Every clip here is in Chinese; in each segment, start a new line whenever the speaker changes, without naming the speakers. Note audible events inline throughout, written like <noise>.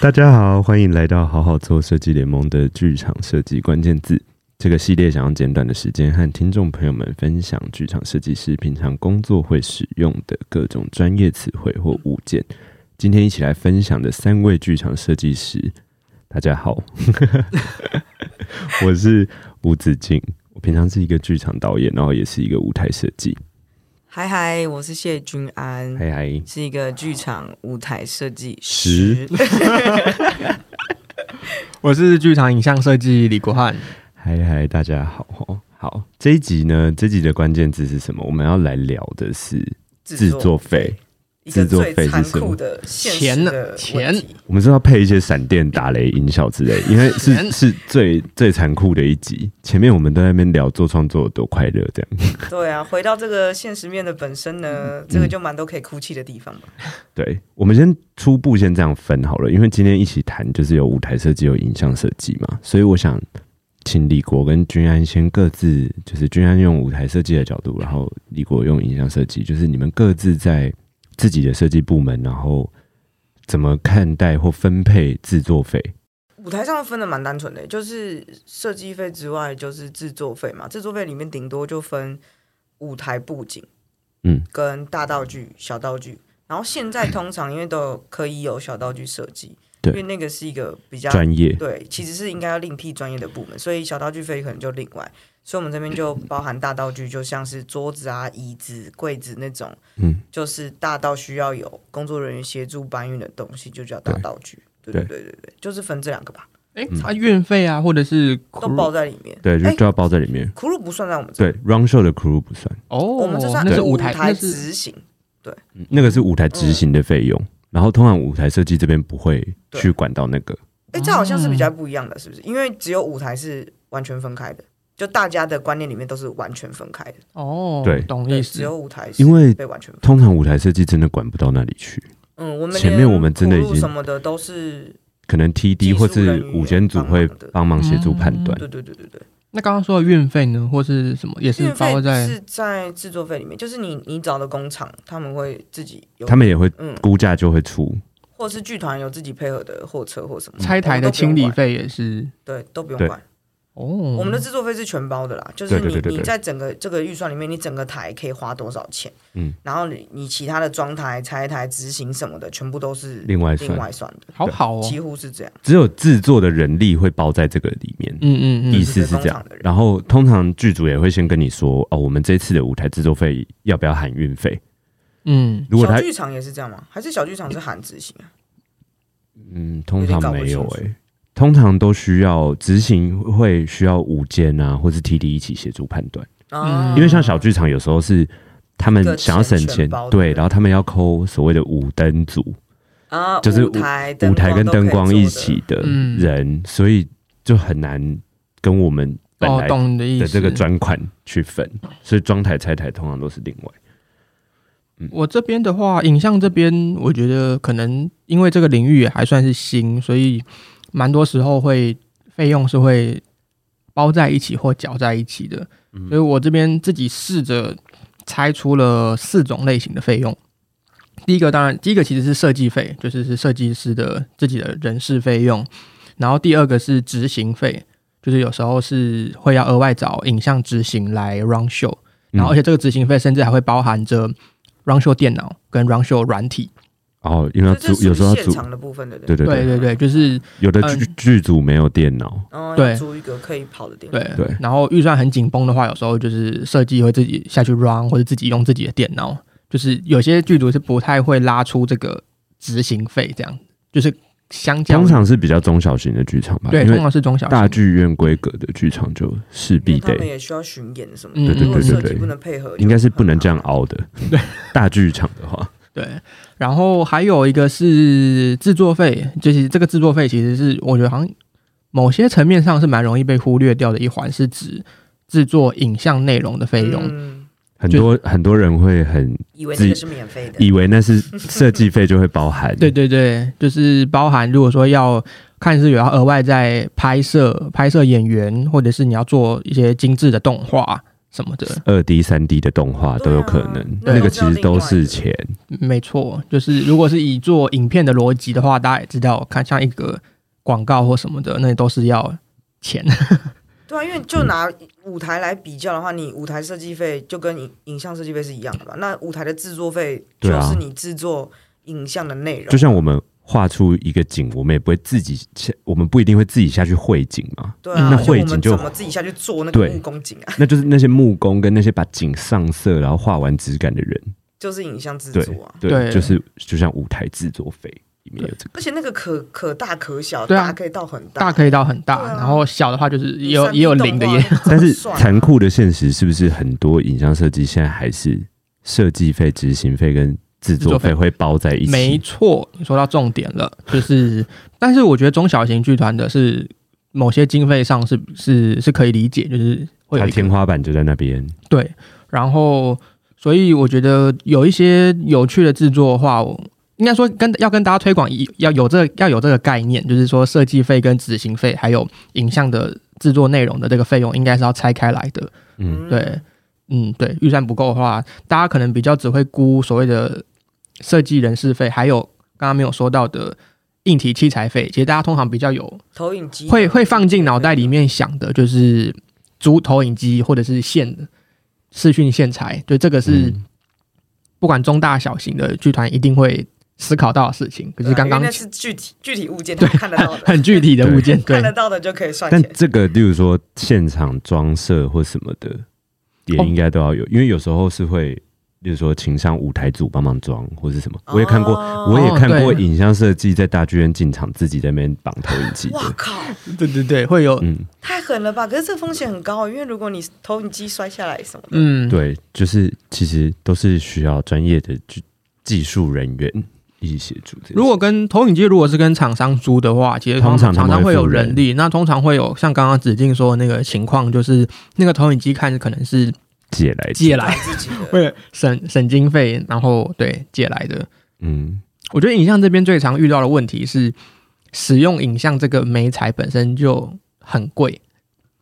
大家好，欢迎来到好好做设计联盟的剧场设计关键字。这个系列想用简短的时间和听众朋友们分享剧场设计师平常工作会使用的各种专业词汇或物件。今天一起来分享的三位剧场设计师，大家好， <laughs> 我是吴子敬，我平常是一个剧场导演，然后也是一个舞台设计。
嗨嗨，我是谢君安，
嗨嗨，
是一个剧场舞台设计
师
师。
我是剧场影像设计李国汉，
嗨嗨，大家好哦，好，这一集呢，这集的关键字是什么？我们要来聊的是
<laughs>
制作费，
一个
制作
最
费是
残
什么
酷的现实
钱呢
的
钱
问题
我们是要配一些闪电打雷音效之类，因为是
人
是最最残酷的一集。前面我们都在那边聊做创作有多快乐，这样
对啊，回到这个现实面的本身
嗯
呢，这个就蛮多可以哭泣的地方吧。
对。我们先初步先这样分好了，因为今天一起谈就是有舞台设计，有影像设计嘛，所以我想请李国跟君安先各自，就是君安用舞台设计的角度，然后李国用影像设计，就是你们各自在自己的设计部门，然后怎么看待或分配制作费？
舞台上分的蛮单纯的，就是设计费之外就是制作费嘛，制作费里面顶多就分舞台布景，
嗯，
跟大道具、小道具。然后现在通常因为都有可以有小道具设计，
对
因为那个是一个比较
专业
对，其实是应该要另辟专业的部门，所以小道具费可能就另外。所以我们这边就
嗯
包含大道具，就像是桌子啊、椅子、柜子那种，
嗯，
就是大到需要有工作人员协助搬运的东西，就叫大道具。对对对对对，就是分这两个吧，
哎、
嗯
他运费啊，或者是
都包在里面。
对，就
哎
就要包在里面。
苦路不算在我们这，
对，round show 的 crew 不算，
哦，
我们这算
那是
舞
舞台，那是
执行。嗯
那个是舞台执行的费用。然后通常舞台设计这边不会去管到那个，
哎，这好像是比较不一样的，是不是？因为只有舞台是完全分开的，就大家的观念里面都是完全分开的，
哦，
对
懂
对，
意
只
思。
有舞台是
因为
被完全分开
通常舞台设计真的管不到那里去，
嗯，我们
前
连
面我们真的已
铺路
经
什么的都是，
可能 TD
技术
或是
人员嗯
舞监组会帮忙协助判断。
对对对对对，
那刚刚说的运费呢，或是什么，也是
运
包
费
在
是在制作费里面，就是你你找的工厂他们会自己有，
他们也会
嗯，
估价就会出，
或是剧团有自己配合的货车或什么
拆台的清理，费也是
我们都不
对
用管对，都不
嗯
用管。
哦。
我们的制作费是全包的啦，就是
对对
你
对对
你
对
在整个这个预算里面，你整个台可以花多少钱，
嗯，
然后你你其他的装台、拆台、执行什么的，全部都是
另外
另
算，
外算的，
好好哦，
几乎是这样。
只有制作的人力会包在这个里面。
嗯嗯
意
嗯，
思是这
就是工厂
样
的，人
然后通常剧组也会先跟你说，哦，我们这次的舞台制作费要不要含运费？
嗯，
如果他
小剧场也是这样吗？还是小剧场是含执行啊？
嗯，通常没有
有点搞不
诶、
清
通常都需要执行会需要午间啊，或是 TD 一起协助判断，
啊
嗯
因为像小剧场有时候是他们
一个
想要省
钱
钱
全包，的
对，然后他们要抠所谓的舞灯组、
啊，
就是
舞台、
舞台跟灯光一
都可以
起的
嗯
人，所以就很难跟我们本
哦，
来
懂你的意
的
思。
这个专款去分，所以装台拆台通常都是另外。
我这边的话，影像这边，我觉得可能因为这个领域也还算是新，所以蛮多时候会费用是会包在一起或搅在一起的。所以我这边自己试着拆出了四种类型的费用。第一个当然，第一个其实是设计费，就是是设计师的自己的人事费用。然后第二个是执行费，就是有时候是会要额外找影像执行来 run show，然
嗯
后而且这个执行费甚至还会包含着 Run Show 电脑跟 Run Show 软体。
哦，因为要
做的，就
组
是
有时候要
现
组，
场的部分的人，
对对
对
对，
对对，就是
有的剧
嗯
剧组没有电脑，
然后
对
哦要租一个可以跑的电脑，
对
对
然后预算很紧绷的话，有时候就是设计会自己下去 run，或者自己用自己的电脑。就是有些剧组是不太会拉出这个执行费，这样就是相较于
通常是比较中小型的剧场吧，
对，
因
通
为
常是中小型
大剧院规格的剧场就势
因为
必
他们
得，
也需要巡演什么
嗯
的。
对对
如果
对对
设计
对
不能配合，
应该是不能这样
就很麻
熬的。大剧场的
<laughs>
话，
对，然后还有一个是制作费，就是这个制作费其实是我觉得好像某些层面上是蛮容易被忽略掉的一环，是指制作影像内容的费
烦
用。
嗯
很多很多人会很
以为那个是免费的，
以为那是设计费就会包含，
<laughs> 对对对，就是包含如果说要看是有要额外在拍摄拍摄演员，或者是你要做一些精致的动画什么的。
二 D、三 D 的动画都有可能，
对啊
那个其实都是钱。
没错，就是如果是以做影片的逻辑的话，大家也知道，看像一个广告或什么的，那都是要钱。 <laughs>
对啊，因为
嗯
就拿舞台来比较的话，你舞台设计费就跟影影像设计费是一样的嘛。那舞台的制作费就
对啊
是你制作影像的内容，
就像我们画出一个景，我们也不会自己下，我们不一定会自己下去绘景
<laughs>
嘛。
对啊，
那
而且
绘
我们
景就
怎么自己下去做那个
对
木工景啊， <laughs>
那就是那些木工跟那些把景上色然后画完质感的人，
就是影像制
对
作啊。
对，
对
就是就像舞台制作费里面有这个，
而且那个可可大可小，
对啊
大可以到很大，
大可以到很大，
对啊
然后小的话就是也
你
有
3D
也有零的
动画
耶。
<laughs> 但
那怎
是
么算啊
残酷的现实是不是很多影像设计现在还是设计费、执行费跟制作
制作费
费会包在一
没
起？
错，你说到重点了，就是，但是我觉得中小型剧团的是某些经费上是是是可以理解，就是会有
它
一个
天花板就在那边，
对，然后所以我觉得有一些有趣的制作的话，我应该说跟要跟大家推广一要有这要有这个概念，就是说设计费跟执行费还有影像的制作内容的这个费用，应该是要拆开来的。
嗯，
对，嗯，对，预算不够的话，大家可能比较只会估所谓的设计人事费，还有刚刚没有说到的硬体器材费。其实大家通常比较有
投影机
会会放进脑袋里。面想的，就是租投影机或者是线的视讯线材，就这个是
嗯
不管中大小型的剧团一定会思考到的事情。可
对啊
是刚
因为
刚
那是具体具体物件，他们看得到的，
<laughs> 很具体的物件，
<laughs>
对
看得到的就可以算
但
钱。
这个，例如说现场装设或什么的，也
哦
应该都要有，因为有时候是会，例如说请上舞台组帮忙装或是什么，我也看过。
哦
我也看过
哦对
影像设计在大剧院进场自己在那边绑投影机的
哇，靠，
对对对，会有
嗯，
太狠了吧！可是这风险很高，因为如果你投影机摔下来什么的，
嗯，
对，就是其实都是需要专业的技技术人员
嗯
一起协助这件事。
如果跟投影机如果是跟厂商租的话，其实通
通常他
常厂
们
商会有
会付人
人力，那通常会有像刚刚指定说的那个情况，就是那个投影机看可能是
借来
借 <laughs> 来，
自己的
为了省省经费，然后对借来的。
嗯，
我觉得影像这边最常遇到的问题是，使用影像这个媒材本身就很贵，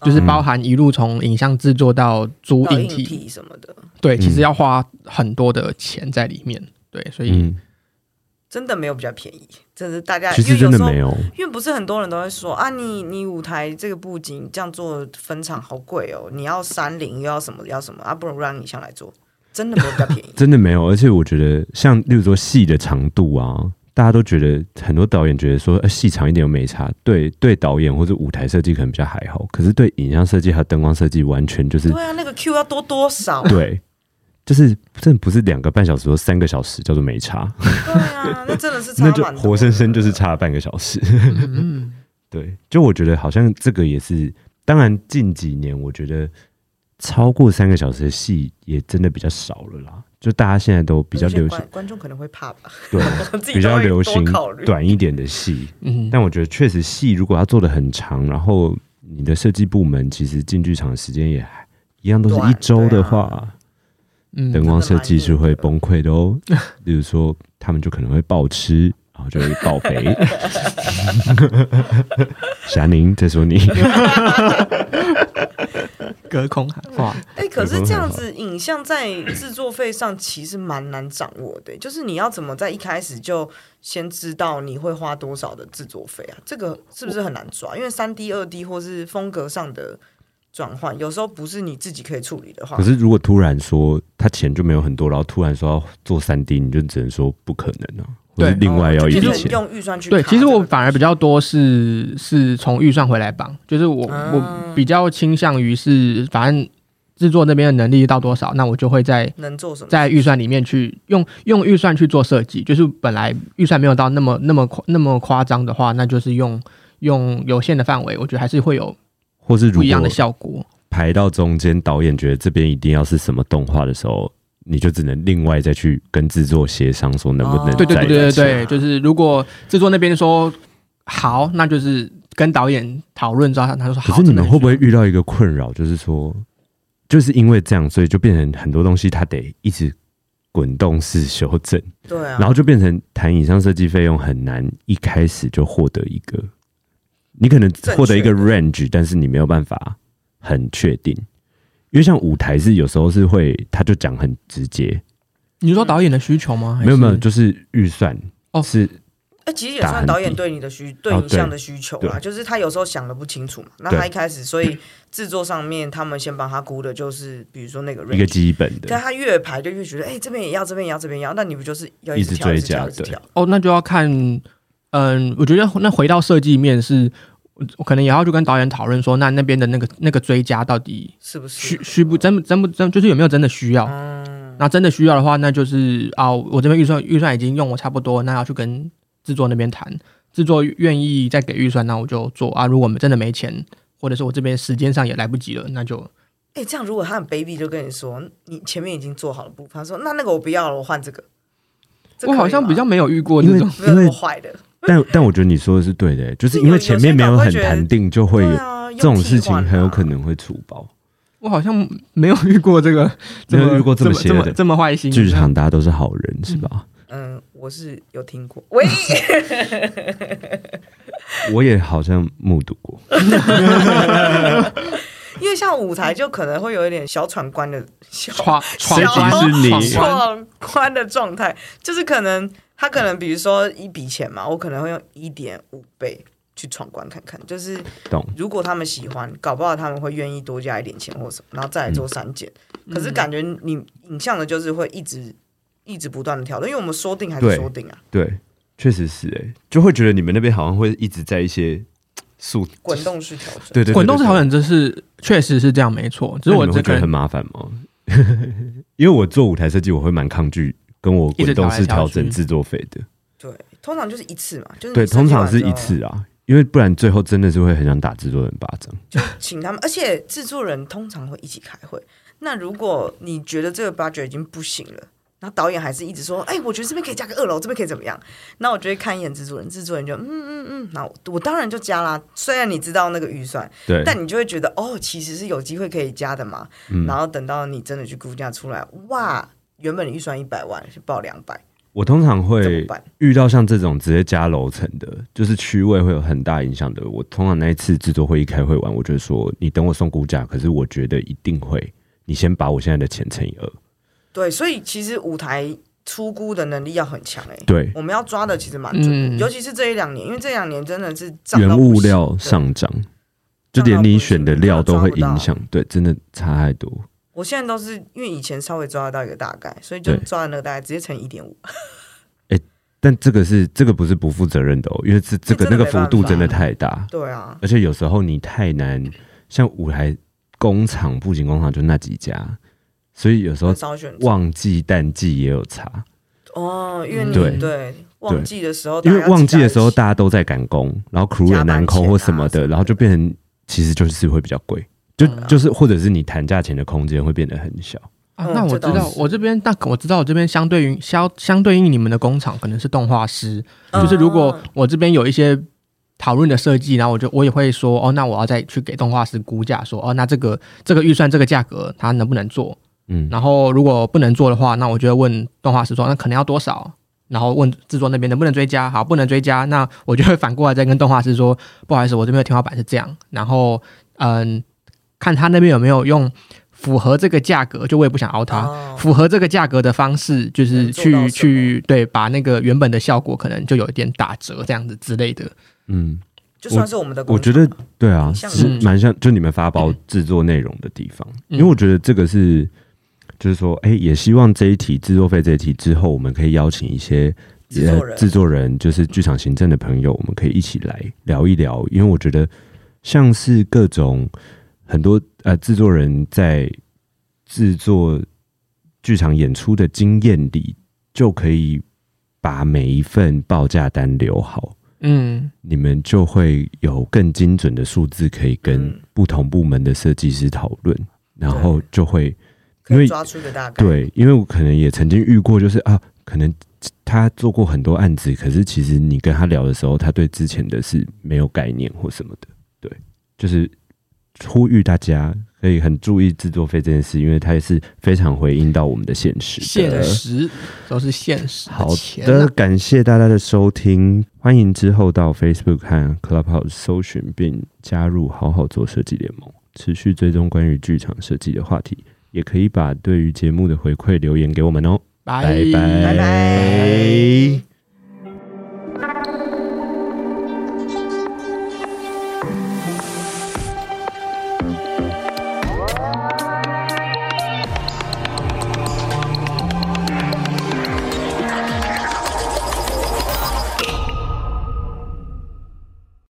就是包含一路从影像制作到租
嗯到
影
硬
体，
体什么的，
对，其实
嗯
要花很多的钱在里面。对，所以
嗯，
真的没有比较便宜，真的是大家
其实
哎因为
真
有
的
时候
没有，。
因为不是很多人都会说啊，你你舞台这个布景这样做分场好贵哦，你要山林又要什么要什么啊，不如让你上来做，真的没有比较便宜
真的没有。而且我觉得，像例如说戏的长度啊，大家都觉得很多导演觉得说，呃，戏长一点又没差。对对，导演或者舞台设计可能比较还好，可是对影像设计还有灯光设计，完全 <laughs> 就是
对啊，那个 Q 要多
<laughs>
多少？
对，就是真的不是两个半小时或三个小时叫做没差，
对啊，那真的是
那
差蛮
就
多的
活生生就是差半个小时。
嗯，
对，就我觉得好像这个也是，当然近几年我觉得超过三个小时的戏也真的比较少了啦。就大家现在都比较
有些
流行
观，观众可能会怕吧，
对，
<laughs> 自己
比较
都会
流
多
行
考虑。
短一点的戏。
嗯
但我觉得确实戏如果要做的很长，然后你的设计部门其实进剧场的时间也还一样，都是一
短
周
对
的
啊
话，灯
嗯，
光设计是会崩溃的哦。比如说，他们就可能会暴吃，然后就会暴
<laughs>
肥。 <laughs> 霞宁，这时候你
隔空喊话，
哎、可是这样子，影像在制作费上其实蛮难掌握的、就是你要怎么在一开始就先知道你会花多少的制作费啊？这个是不是很难抓？因为三 D、二 D 或是风格上的转换，有时候不是你自己可以处理的话
可，是如果突然说他钱就没有很多，然后突然说要做三 D，你就只能说不可能啊，或
对哦
是另外要一
哦就
笔
是
钱。
用预算去
对，
卡
其实
这个
我反而比较多是是从预算回来绑，就是我、
啊
我比较倾向于是，反正制作那边的能力到多少，那我就会在
能做什么？
在预算里面去用用预算去做设计，就是本来预算没有到那么那么夸那么夸张的话，那就是用用有限的范围，我觉得还是会有
或是如
不一样的
果
效果。
排到中间，导演觉得这边一定要是什么动画的时候，你就只能另外再去跟制作协商，说能不能
哦
对对
再
对对对
在一
对，
起
就是如果制作那边说好，那就是跟导演讨论之后，他他就说
可
好。
是你
这
们
个
会不会
需要
遇到一个困扰，就是说，就是因为这样，所以就变成很多东西它得一直滚动式修正，
对啊，
然后就变成谈影像设计费用很难一开始就获得一个，你可能获得一个
正确
range，但是你没有办法很确定，因为像舞台是有时候是会，他就讲很直接，
你是说导演的需求吗？还
没有没有，
哦是
就是预算
哦
是
哎、其实也
打
算
很
导演
低
对你的需对
哦
影像
对
的需求啦，
对
就是他有时候想的不清楚嘛。那
对
他一开始，所以制作上面他们先帮他估的就是，比如说那个 range,
一个基本的
但，他越排就越觉得，哎、这边也要，这边也要，这边也要，那你不就是要
一
直
直
跳，
追
一直跳，
加
一直
对
跳？
哦，那就要看，嗯，我觉得那回到设计面是，我可能也要去跟导演讨论说，那那边的那个那个追加到底
是啊不是
需？需不真不真不真，就是有没有真的需要？
嗯，
那真的需要的话，那就是啊，我这边预算预算已经用我差不多，那要去跟制作那边谈，制作愿意再给预算，那我就做啊。如果我们真的没钱，或者是我这边时间上也来不及了，那就
哎、这样如果他很卑鄙，就跟你说，你前面已经做好了部分，他说那那个我不要了，我换这个。这
我好
可以
像
吗
比较没有遇过
因
这
为
种。
没有
因
那
为
么坏的，
但但我觉得你说的是对的、就是因为前面没有很谈定，就会
对
有
啊，
这种事情很有可
能。
能会出包。
<laughs> 我好像没有遇过这个，这
没
么
有遇过这
这
么
么
邪
这
恶的
么这么坏心。
剧场大家都是好人，是吧？
嗯，我是有听过，喂，
我也好像目睹过，
因为像舞台就可能会有一点小闯关的小
闯闯
小
关
是你
闯关
闯关的状态，就是可能他可能比如说一笔钱嘛，我可能会用一点五倍去闯关看看，就是
懂？
如果他们喜欢，搞不好他们会愿意多加一点钱或什么，然后再来做删减。
嗯
可是感觉你影像的就是会一直一直不断的调整，因为我们说定还是
对
说定啊，
对，确实是哎、就会觉得你们那边好像会一直在一些速
滚，动式调整。
对对对，
滚动式
对
好像这是确实是这样没错，
那
只是
你
我
们
这
会觉
个
得很麻烦吗？ <laughs> 因为我做舞台设计，我会蛮抗拒跟我滚动式调整制作费的。
对，通常就是一次嘛，就是
对，
你生
通
气
常
嗯完之
是
后
一次啊，因为不然最后真的是会很想打制作人巴掌。
请他们，而且制作人通常会一起开会。那如果你觉得这个 budget 已经不行了，然后导演还是一直说，哎、我觉得这边可以加个二楼，这边可以怎么样？那我就会看一眼制作人，制作人就嗯嗯嗯，那我我当然就加啦。虽然你知道那个预算，
对，
但你就会觉得哦，其实是有机会可以加的嘛。
嗯
然后等到你真的去估价出来，哇，原本你预算一百万是报两百，
我通常
怎么
会
办？
遇到像这种直接加楼层的，就是区位会有很大影响的。我通常那一次制作会议开会完，我就说你等我送估价，可是我觉得一定会，你先把我现在的钱乘以二。
对，所以其实舞台出估的能力要很强哎、
对，
我们要抓的其实蛮准的，
嗯
尤其是这一两年，因为这两年真的是涨到
原
不
物
行
料。上涨，就连你选的料都会影响。对，真的差太多。
我现在都是因为以前稍微抓得到一个大概，所以就
对
抓的那个大概直接乘一点五。
但这个是这个不是不负责任的哦，因为这这个
这真
那
的
个
没
幅
办
度
法
真的太大，
对啊，
而且有时候你太难，像舞台工厂、布景工厂就那几家，所以有时候
很少选择
旺季淡季也有差，
哦，因为你
对
对旺季的时候，
因为
大家要
旺
挤
季
在
的
一
时候
起
大家都在赶工，然后 crew 也难空或什么
加班钱啊什么
的，
的
然后就变成其实就是会比较贵，就
嗯
就是或者是你谈价钱的空间会变得很小。
啊
嗯，
那我
这
知
倒
道，
是
我这边那我知道，我这边相对于相相对应你们的工厂可能是动画师，
嗯
就是如果我这边有一些讨论的设计，然后我就我也会说，哦，那我要再去给动画师估价，说，哦，那这个这个预算这个价格它能不能做？
嗯，
然后如果不能做的话，那我就会问动画师说，那可能要多少？然后问制作那边能不能追加，好，不能追加，那我就会反过来再跟动画师说，不好意思，我这边的天花板是这样，然后嗯，看他那边有没有用符合这个价格，就我也不想熬他，
哦
符合这个价格的方式，就是
能做到
去
什么
去对把那个原本的效果可能就有一点打折这样子之类的。
嗯。
就算是我们的工
我
厂
觉
啊，
得对啊，
像嗯
是
嗯
蛮像就你们发包制作内容的地方，
嗯
因为我觉得这个是，就是说，哎、也希望这一题制作费这一题之后，我们可以邀请一些呃
制作人嗯
制作人就是剧场行政的朋友，我们可以一起来聊一聊，因为我觉得像是各种很多呃制作人在制作剧场演出的经验里，就可以把每一份报价单留好。
嗯，
你们就会有更精准的数字可以跟
嗯
不同部门的设计师讨论，然后就会
可
因为
以抓出一个大概。，
对，因为我可能也曾经遇过，就是啊，可能他做过很多案子，可是其实你跟他聊的时候，他对之前的是没有概念或什么的，对，就是呼吁大家可以很注意制作费这件事，因为它也是非常回应到我们的现实的
现实都是现实
好
钱啊
的，感谢大家的收听，欢迎之后到 Facebook 和 Clubhouse 搜寻并加入好好做设计联盟。持续追踪关于剧场设计的话题，也可以把对于节目的回馈留言给我们哦。拜
拜
拜拜。